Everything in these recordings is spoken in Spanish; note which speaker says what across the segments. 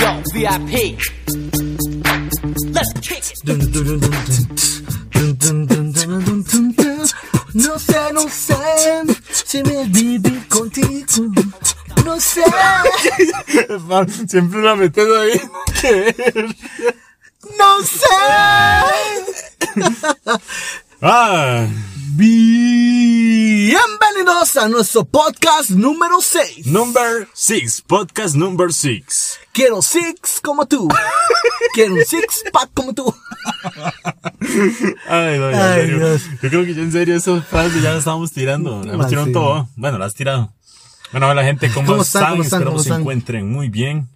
Speaker 1: VIP. Let's kick it.
Speaker 2: No sé, no sé si me viví contigo. No sé.
Speaker 3: Man, Siempre la metes ahí.
Speaker 2: No sé.
Speaker 3: Ah,
Speaker 2: Bienvenidos a nuestro podcast número 6.
Speaker 3: number 6, podcast number 6.
Speaker 2: Quiero six como tú. Quiero un six pack como tú.
Speaker 3: Ay, no, ya, en
Speaker 2: Ay,
Speaker 3: serio.
Speaker 2: Dios.
Speaker 3: Yo creo que ya en serio esas frases ya las estamos tirando. Las hemos
Speaker 2: Man,
Speaker 3: tirado
Speaker 2: sí.
Speaker 3: todo. Bueno, las has tirado. Bueno, hola gente, ¿cómo,
Speaker 2: ¿Cómo están?
Speaker 3: están?
Speaker 2: ¿Cómo están?
Speaker 3: Esperamos
Speaker 2: ¿Cómo
Speaker 3: se
Speaker 2: están?
Speaker 3: encuentren muy bien.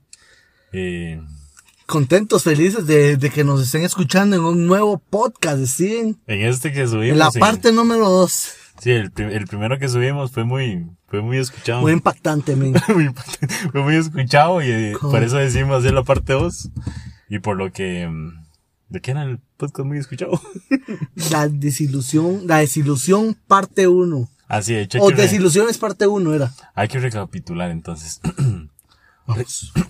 Speaker 3: Eh,
Speaker 2: Contentos, felices de, de que nos estén escuchando en un nuevo podcast. ¿sí?
Speaker 3: en este que subimos.
Speaker 2: En la
Speaker 3: en-
Speaker 2: parte número 2.
Speaker 3: Sí, el, prim- el primero que subimos fue muy, fue muy escuchado.
Speaker 2: Muy impactante, men.
Speaker 3: muy impactante. fue muy escuchado y eh,
Speaker 2: Cool.
Speaker 3: por eso decidimos hacer la parte 2. Y por lo que... mm, ¿De qué era el podcast muy escuchado?
Speaker 2: La desilusión, la desilusión parte 1.
Speaker 3: Así de hecho, hay
Speaker 2: O
Speaker 3: que re-
Speaker 2: desilusiones parte 1 era.
Speaker 3: hay que recapitular entonces.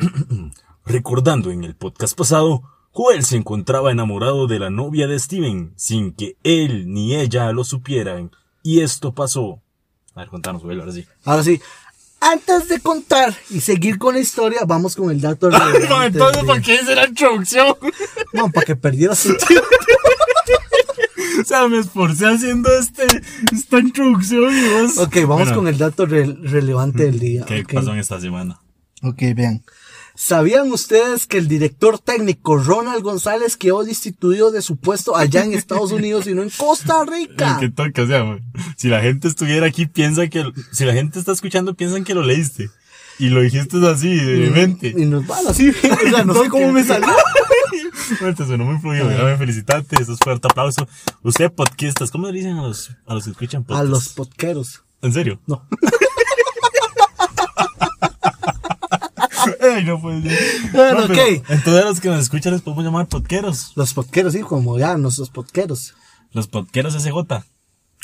Speaker 3: Recordando en el podcast pasado, Joel se encontraba enamorado de la novia de Steven sin que él ni ella lo supieran. Y esto pasó. A ver, contanos, Joel, ahora sí.
Speaker 2: Ahora sí. Antes de contar y seguir con la historia, vamos con el dato relevante. de-
Speaker 3: qué hice la introducción? o
Speaker 2: No, para que perdieras sentido.
Speaker 3: sea, me esforcé haciendo este, esta introducción y vos.
Speaker 2: Ok, vamos con el dato re- relevante del día.
Speaker 3: ¿Qué
Speaker 2: ok.
Speaker 3: pasó en esta semana?
Speaker 2: Ok, vean. ¿Sabían ustedes que el director técnico Ronald González quedó destituido de su puesto allá en Estados Unidos y no en Costa Rica?
Speaker 3: En que toca, o sea, güey, si la gente estuviera aquí, piensa que, si la gente está escuchando, piensan que lo leíste. Y lo dijiste así, de mente.
Speaker 2: Y nos va así. O sea, no sé cómo me salió.
Speaker 3: Bueno, te sonó muy fluido, déjame felicitarte, eso es fuerte aplauso. Usted, podcastas, ¿cómo le dicen a los, a los que escuchan
Speaker 2: A
Speaker 3: podcast?
Speaker 2: los podqueros.
Speaker 3: ¿En serio?
Speaker 2: No.
Speaker 3: Ay, no puede ser.
Speaker 2: Bueno,
Speaker 3: No, pero
Speaker 2: ok.
Speaker 3: Entonces a los que nos escuchan les podemos llamar podqueros.
Speaker 2: Los podqueros, sí, como ya nuestros podqueros.
Speaker 3: Los podqueros SJ.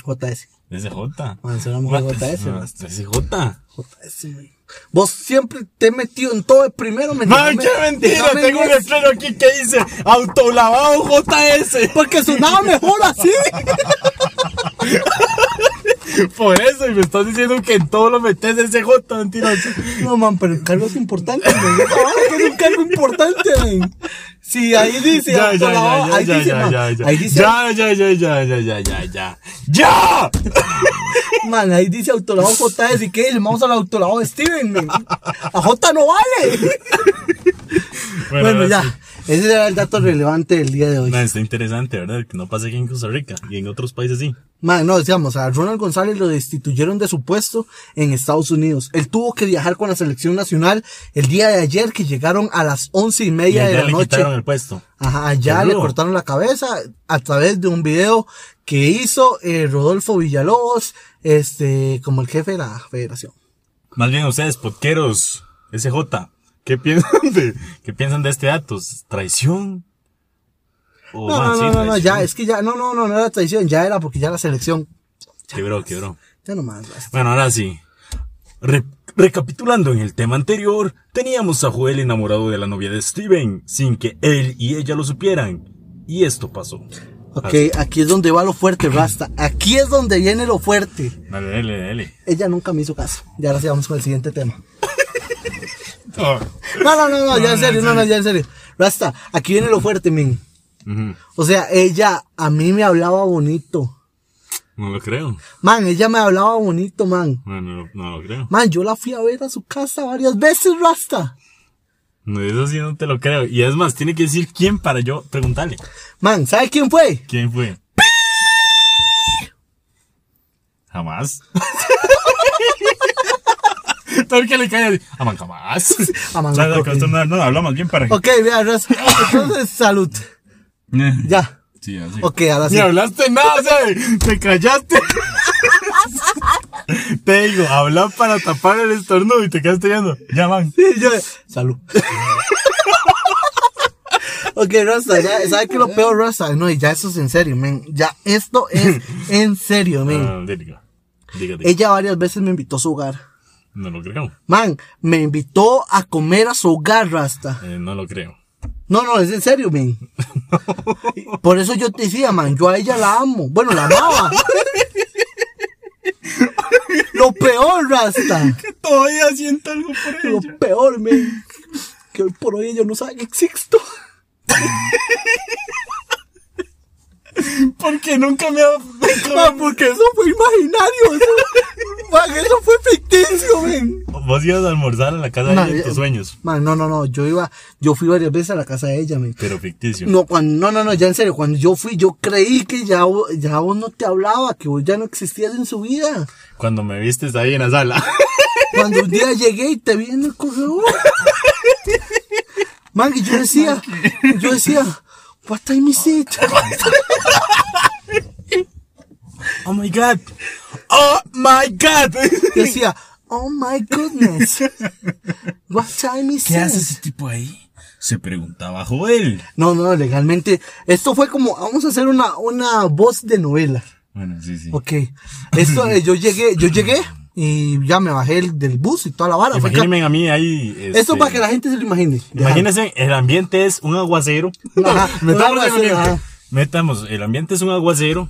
Speaker 2: JS.
Speaker 3: SJ.
Speaker 2: Bueno, será mujer
Speaker 3: What?
Speaker 2: JS,
Speaker 3: No,
Speaker 2: ¿no?
Speaker 3: SJ.
Speaker 2: JS, güey. Vos siempre te he metido en todo el primero, me
Speaker 3: Man,
Speaker 2: déjame-
Speaker 3: qué mentira,
Speaker 2: déjame
Speaker 3: tengo un
Speaker 2: en eso,
Speaker 3: letrero aquí que dice Autolavado JS.
Speaker 2: Porque sonaba mejor así.
Speaker 3: Por eso, y me estás diciendo que en todo lo metes SJ, mentiroso.
Speaker 2: No, man, pero el cargo es importante, man. Esa vara que es un cargo importante, man. Sí, ahí dice.
Speaker 3: Ya, ya,
Speaker 2: hasta la
Speaker 3: ya,
Speaker 2: hora,
Speaker 3: ya,
Speaker 2: ahí
Speaker 3: ya,
Speaker 2: dice,
Speaker 3: ya,
Speaker 2: man.
Speaker 3: ya, ya.
Speaker 2: Ahí dice,
Speaker 3: Ya, ya, ya, ya, ya, ya, ya, ya. ¡Ya!
Speaker 2: man, ahí dice autolado JS. ¿Y qué? Le vamos al autolado de Steven, man. A J no vale. Bueno, ya. Ese era el dato relevante del día de hoy.
Speaker 3: Man, está interesante, ¿verdad? Que no pase aquí en Costa Rica y en otros países sí.
Speaker 2: Man, no, digamos, a Ronald González lo destituyeron de su puesto en Estados Unidos. Él tuvo que viajar con la selección nacional el día de ayer que llegaron a las once y
Speaker 3: Y
Speaker 2: media de
Speaker 3: allá
Speaker 2: la
Speaker 3: le
Speaker 2: noche.
Speaker 3: quitaron el puesto.
Speaker 2: Ajá, ya
Speaker 3: Qué
Speaker 2: le
Speaker 3: rudo.
Speaker 2: cortaron la cabeza a través de un video que hizo eh, Rodolfo Villalobos, este, como el jefe de la federación.
Speaker 3: Más bien ustedes, podqueros, SJ, ¿qué piensan de, qué piensan de este dato? ¿Traición? O,
Speaker 2: No,
Speaker 3: man,
Speaker 2: no,
Speaker 3: sí,
Speaker 2: no, no, no, ya,
Speaker 3: traición.
Speaker 2: es que ya, no, no, no, no era traición, ya era porque ya la selección,
Speaker 3: Quebró, quebró.
Speaker 2: ya no más. basta.
Speaker 3: Bueno, ahora sí. Re- recapitulando en el tema anterior, teníamos a Joel enamorado de la novia de Steven, sin que él y ella lo supieran. Y esto pasó.
Speaker 2: Ok, aquí es donde va lo fuerte, basta. Aquí es donde viene lo fuerte.
Speaker 3: Dale, dale, dale.
Speaker 2: Ella nunca me hizo caso. Y ahora sí vamos con el siguiente tema. Ah. No, no, no, no, ya en serio, no, no, ya en serio. Basta, aquí viene lo fuerte, min.
Speaker 3: Ujú.
Speaker 2: O sea, ella a mí me hablaba bonito.
Speaker 3: No lo creo.
Speaker 2: Man, ella me hablaba bonito, man.
Speaker 3: Bueno, no, no lo creo.
Speaker 2: Man, yo la fui a ver a su casa varias veces, Rasta.
Speaker 3: No, eso sí no te lo creo. Y es más, tiene que decir quién para yo preguntarle.
Speaker 2: Man, ¿sabe quién fue?
Speaker 3: ¿Quién fue? Jamás. Todo el que le cae así, Aman, jamás.
Speaker 2: Aman,
Speaker 3: Nada,
Speaker 2: jamás.
Speaker 3: esto no, no, hablamos bien para que.
Speaker 2: Ok, vea, Rasta. Entonces, salud. Ya.
Speaker 3: Eh, Sí, así.
Speaker 2: Ok, ahora sí.
Speaker 3: Ni hablaste nada, o sea, te callaste. te digo, habla para tapar el estornudo y te quedaste yendo. Ya van.
Speaker 2: Yo- salud. ok, Rasta, ya, ¿sabe qué es lo peor, Rasta? No, y ya eso es en serio, men. Ya, esto es en serio, men.
Speaker 3: Ah, diga, diga, diga.
Speaker 2: Ella varias veces me invitó a su hogar.
Speaker 3: No lo creo.
Speaker 2: Man, me invitó a comer a su hogar, Rasta.
Speaker 3: Eh, no lo creo.
Speaker 2: No, no, es en serio, man. Por eso yo te decía, man, yo a ella la amo. Bueno, la amaba. Lo peor, Rasta.
Speaker 4: Que todavía siento algo por
Speaker 2: Lo
Speaker 4: ella.
Speaker 2: peor, man. Que hoy por hoy yo no sabe que existo.
Speaker 4: Porque nunca me ha...
Speaker 2: Man, porque eso fue imaginario. Eso, man, eso fue ficticio, man.
Speaker 3: Vos ibas a almorzar a la casa de
Speaker 2: Man,
Speaker 3: ella en
Speaker 2: yo-
Speaker 3: tus sueños,
Speaker 2: Man, no, no, no. Yo iba, yo fui varias veces a la casa de ella, man.
Speaker 3: pero ficticio.
Speaker 2: No, cuando, no, no, no, ya en serio, cuando yo fui, yo creí que ya, vo- ya vos no te hablaba, que vos ya no existías en su vida.
Speaker 3: Cuando me vistes ahí en la sala.
Speaker 2: Cuando un día llegué y te vi en el corredor. Man, y yo decía, yo decía, what time is it?
Speaker 3: Oh my god. Oh my god.
Speaker 2: Yo decía, oh my goodness, what time is
Speaker 4: ¿Qué
Speaker 2: it?
Speaker 4: hace ese tipo ahí? Se preguntaba Joel.
Speaker 2: No, no, legalmente, esto fue como, vamos a hacer una, una voz de novela.
Speaker 4: Bueno, sí, sí.
Speaker 2: Ok, esto, eh, yo llegué, yo llegué y ya me bajé el- del bus y toda la vara. Fue ca-
Speaker 3: Imagínense a mí ahí. este,
Speaker 2: Esto para que la gente se lo imagine.
Speaker 3: Imagínense, el ambiente es un aguacero.
Speaker 2: Ajá, un
Speaker 3: Metamos, el
Speaker 2: aguacero,
Speaker 3: ambiente.
Speaker 2: ajá.
Speaker 3: Metamos, el ambiente es un aguacero.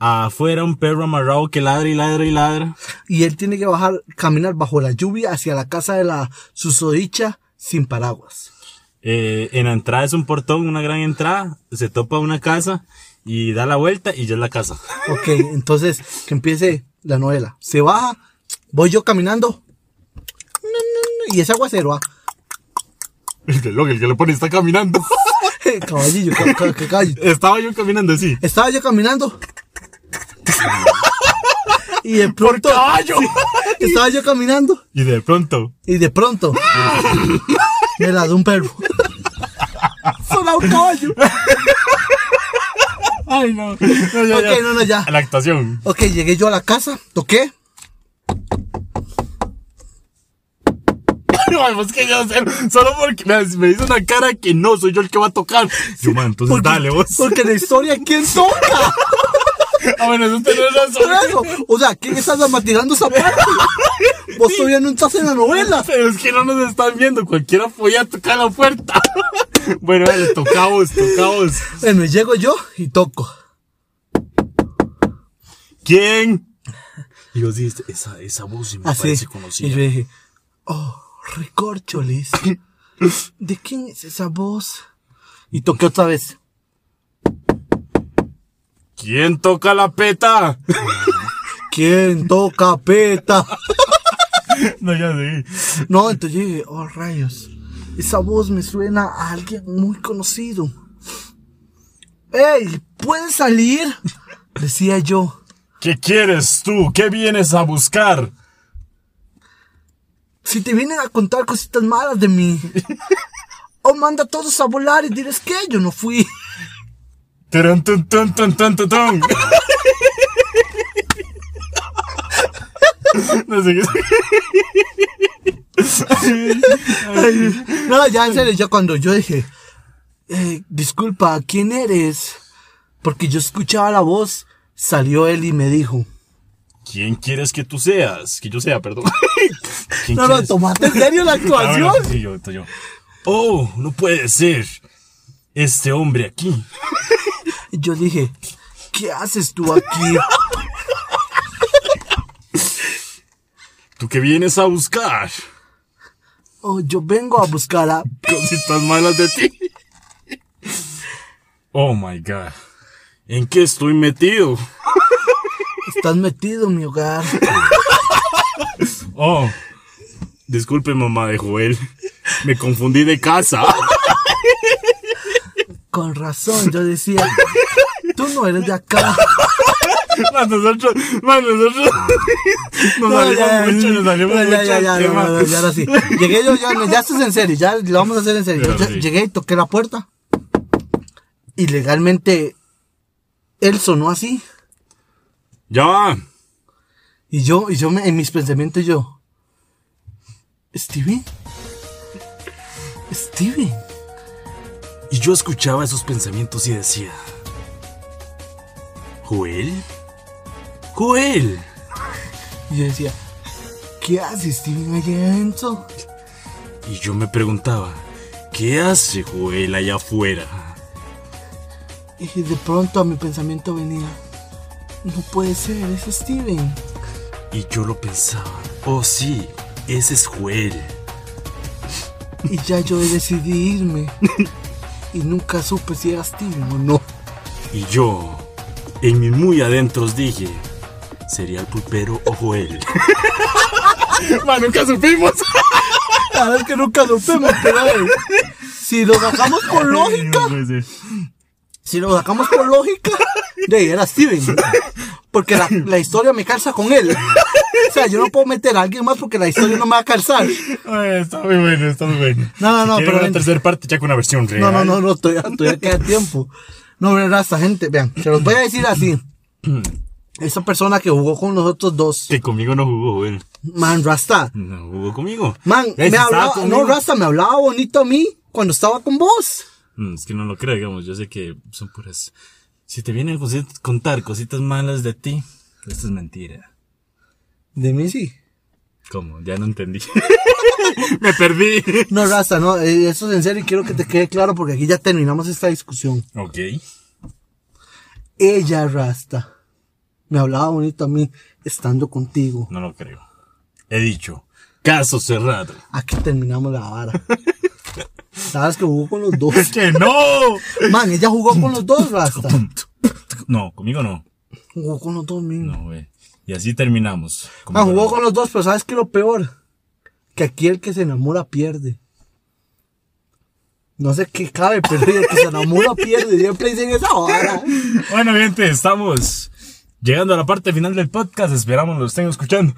Speaker 3: Afuera un perro amarrado que ladra y ladra y ladra.
Speaker 2: Y él tiene que bajar, caminar bajo la lluvia hacia la casa de la susodicha sin paraguas.
Speaker 3: Eh, en la entrada es un portón, una gran entrada. Se topa una casa y da la vuelta y ya es la casa.
Speaker 2: Ok, entonces que empiece la novela. Se baja, voy yo caminando. Y ese aguacero, ah.
Speaker 3: El reloj, el que lo pone, está caminando.
Speaker 2: caballillo, ca- ca- ca- caballillo.
Speaker 3: Estaba yo caminando así.
Speaker 2: Estaba yo caminando. Y de pronto.
Speaker 3: Ah,
Speaker 2: Estaba yo caminando.
Speaker 3: Y de pronto,
Speaker 2: Y de pronto. Me la de un perro. Sonaba un caballo.
Speaker 4: Ay, no.
Speaker 2: Ok, no, no, ya.
Speaker 3: a la actuación.
Speaker 2: Ok, llegué yo a la casa, toqué.
Speaker 3: No, pues, es que yo sé, solo porque me, me hizo una cara que no soy yo el que va a tocar. Yo, man, entonces
Speaker 2: Porque,
Speaker 3: Pues dale vos.
Speaker 2: Porque en la historia, ¿quién toca?
Speaker 4: Ah, bueno, eso tenés razón.
Speaker 2: Claro. O sea, ¿quién está dramatizando esa parte? Vos todavía no estás en la novela.
Speaker 3: Pero es que no nos están viendo, cualquiera podía tocar la puerta. Bueno, dale, toca a vos, toca a vos.
Speaker 2: Bueno, y llego yo y toco.
Speaker 3: ¿Quién? Y yo sí, esa, esa voz sí me
Speaker 2: Así.
Speaker 3: parece conocida.
Speaker 2: Ah, Y yo dije, oh, recorcholis. ¿De quién es esa voz? Y toqué otra vez.
Speaker 3: ¿Quién toca la peta?
Speaker 2: ¿Quién toca peta?
Speaker 3: No, ya sé.
Speaker 2: No, entonces yo dije, oh rayos, esa voz me suena a alguien muy conocido. ¡Ey! ¿Puedes salir? Decía yo.
Speaker 3: ¿Qué quieres tú? ¿Qué vienes a buscar?
Speaker 2: Si te vienen a contar cositas malas de mí. O manda a todos a volar y dirás que yo no fui.
Speaker 3: Turun, tun, tun, tun, tun, tun, tun. No sé qué
Speaker 2: No, ya en serio, ya cuando yo dije, eh, disculpa, ¿quién eres? Porque yo escuchaba la voz, salió él y me dijo,
Speaker 3: ¿Quién quieres que tú seas? Que yo sea, perdón. ¿Quién
Speaker 2: no, no,
Speaker 3: quieres?
Speaker 2: tomaste en serio la
Speaker 3: Ah, bueno,
Speaker 2: actuación.
Speaker 3: sí, yo, estoy yo. Oh, no puede ser. Este hombre aquí.
Speaker 2: Y Yo dije, ¿qué haces tú aquí?
Speaker 3: ¿Tú qué vienes a buscar?
Speaker 2: Oh, yo vengo a buscar a...
Speaker 3: Cositas malas de ti. Oh my god. ¿En qué estoy metido?
Speaker 2: Estás metido en mi hogar.
Speaker 3: Oh. Disculpe, mamá de Joel. Me confundí de casa.
Speaker 2: Con razón, yo decía, tú no eres de acá.
Speaker 3: Man, nosotros, man, nosotros. Nos
Speaker 2: No,
Speaker 3: salimos
Speaker 2: ya,
Speaker 3: mucho, nos salimos
Speaker 2: ya,
Speaker 3: mucho.
Speaker 2: ya,
Speaker 3: del
Speaker 2: ya, no,
Speaker 3: tema.
Speaker 2: no, no, ya ahora sí. Llegué yo, ya, no, ya esto es en serio, ya lo vamos a hacer en serio. Yo,
Speaker 3: Pero
Speaker 2: yo
Speaker 3: sí.
Speaker 2: llegué y toqué la puerta. Y legalmente, él sonó así.
Speaker 3: Ya va.
Speaker 2: Y yo, y yo me- en mis pensamientos yo, Steven, Steven,
Speaker 3: Y yo escuchaba esos pensamientos y decía, ¿Joel? ¿Joel?
Speaker 2: Y yo decía, ¿qué hace Steven allá adentro?
Speaker 3: Y yo me preguntaba, ¿qué hace Joel allá afuera?
Speaker 2: Y de pronto a mi pensamiento venía, no puede ser, es Steven.
Speaker 3: Y yo lo pensaba, oh sí, ese es Joel.
Speaker 2: Y ya yo decidí irme. Y nunca supe si era Steven o no.
Speaker 3: Y yo, en mi muy adentros dije, ¿sería el pulpero o Joel?
Speaker 4: Man, nunca supimos.
Speaker 2: La verdad es que nunca supimos, pero eh, si lo sacamos con lógica,
Speaker 3: pues,
Speaker 2: si lo sacamos con lógica, de ahí era Steven. Porque la, la historia me calza con él. O sea, yo no puedo meter a alguien más porque la historia no me va a calzar.
Speaker 4: Ay, está muy bueno, está muy bueno.
Speaker 2: No, no, no,
Speaker 4: Quiero
Speaker 2: pero
Speaker 4: una
Speaker 2: ven-
Speaker 4: tercera parte ya con una versión real.
Speaker 2: No, no, no, no, todavía, todavía queda tiempo. No, verás, esta gente, vean, se los voy a decir así. Esa persona que jugó con nosotros dos,
Speaker 3: Que conmigo no jugó Joel.
Speaker 2: man, Rasta.
Speaker 3: No jugó conmigo.
Speaker 2: Man,
Speaker 3: Ese
Speaker 2: me
Speaker 3: estaba
Speaker 2: hablaba,
Speaker 3: conmigo.
Speaker 2: no, Rasta, me hablaba bonito a mí cuando estaba con vos.
Speaker 3: Mm, Es que no lo creo, digamos. Yo sé que son puras. Si te vienen a cosi- contar cositas malas de ti, esto es mentira.
Speaker 2: De mí sí.
Speaker 3: ¿Cómo? Ya no entendí. Me perdí.
Speaker 2: No, Rasta, no, eh, eso es en serio y quiero que te quede claro porque aquí ya terminamos esta discusión.
Speaker 3: Ok.
Speaker 2: Ella, Rasta, me hablaba bonito a mí estando contigo.
Speaker 3: No lo creo. He dicho. Caso cerrado.
Speaker 2: Aquí terminamos la vara. Sabes que jugó con los dos.
Speaker 4: ¡Que no!
Speaker 2: Man, ella jugó con los dos, Rasta.
Speaker 3: No, conmigo no.
Speaker 2: Jugó con los dos mismos.
Speaker 3: No, güey. Y así terminamos.
Speaker 2: Ah,
Speaker 3: Conmigo
Speaker 2: jugó
Speaker 3: no.
Speaker 2: con los dos, pero ¿sabes qué es lo peor? Que aquí el que se enamora pierde. No sé qué cabe, pero el que se enamora pierde. Siempre dicen esa vara.
Speaker 3: Bueno, gente, estamos llegando a la parte final del podcast. Esperamos los estén escuchando.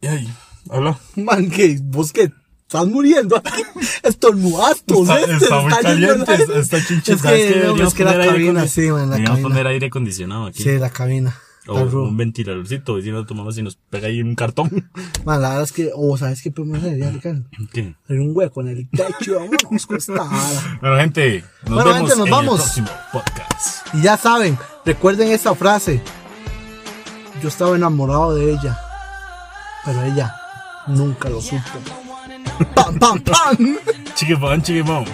Speaker 3: Y ahí, habla.
Speaker 2: Man, que vos que estás muriendo aquí. Estornudaste,
Speaker 3: Está-
Speaker 2: ¿ves?
Speaker 3: está muy
Speaker 2: yendo el
Speaker 3: caliente,
Speaker 2: aire.
Speaker 3: está chinchita.
Speaker 2: Es que, no,
Speaker 3: deberíamos
Speaker 2: es que la
Speaker 3: poner aire
Speaker 2: cabina,
Speaker 3: acondi-
Speaker 2: sí, man, la
Speaker 3: Deberíamos
Speaker 2: cabina.
Speaker 3: poner aire acondicionado aquí. Oh,
Speaker 2: Sí, la cabina.
Speaker 3: O
Speaker 2: Está rudo.
Speaker 3: un ventiladorcito, diciendo a tu mamá si nos pega ahí un cartón.
Speaker 2: Man, la verdad es que, o sabes qué podemos hacer, ya, Ricardo.
Speaker 3: ¿Qué?
Speaker 2: Hacer un hueco en el techo, vámonos con esta vara.
Speaker 3: Bueno, gente, nos
Speaker 2: Bueno,
Speaker 3: vemos
Speaker 2: gente, nos
Speaker 3: en
Speaker 2: vamos.
Speaker 3: el próximo podcast.
Speaker 2: Y ya saben, recuerden esta frase. Yo estaba enamorado de ella, pero ella nunca lo supo. ¡Pam, pam, pam!
Speaker 3: Chiquipón, chiquipón.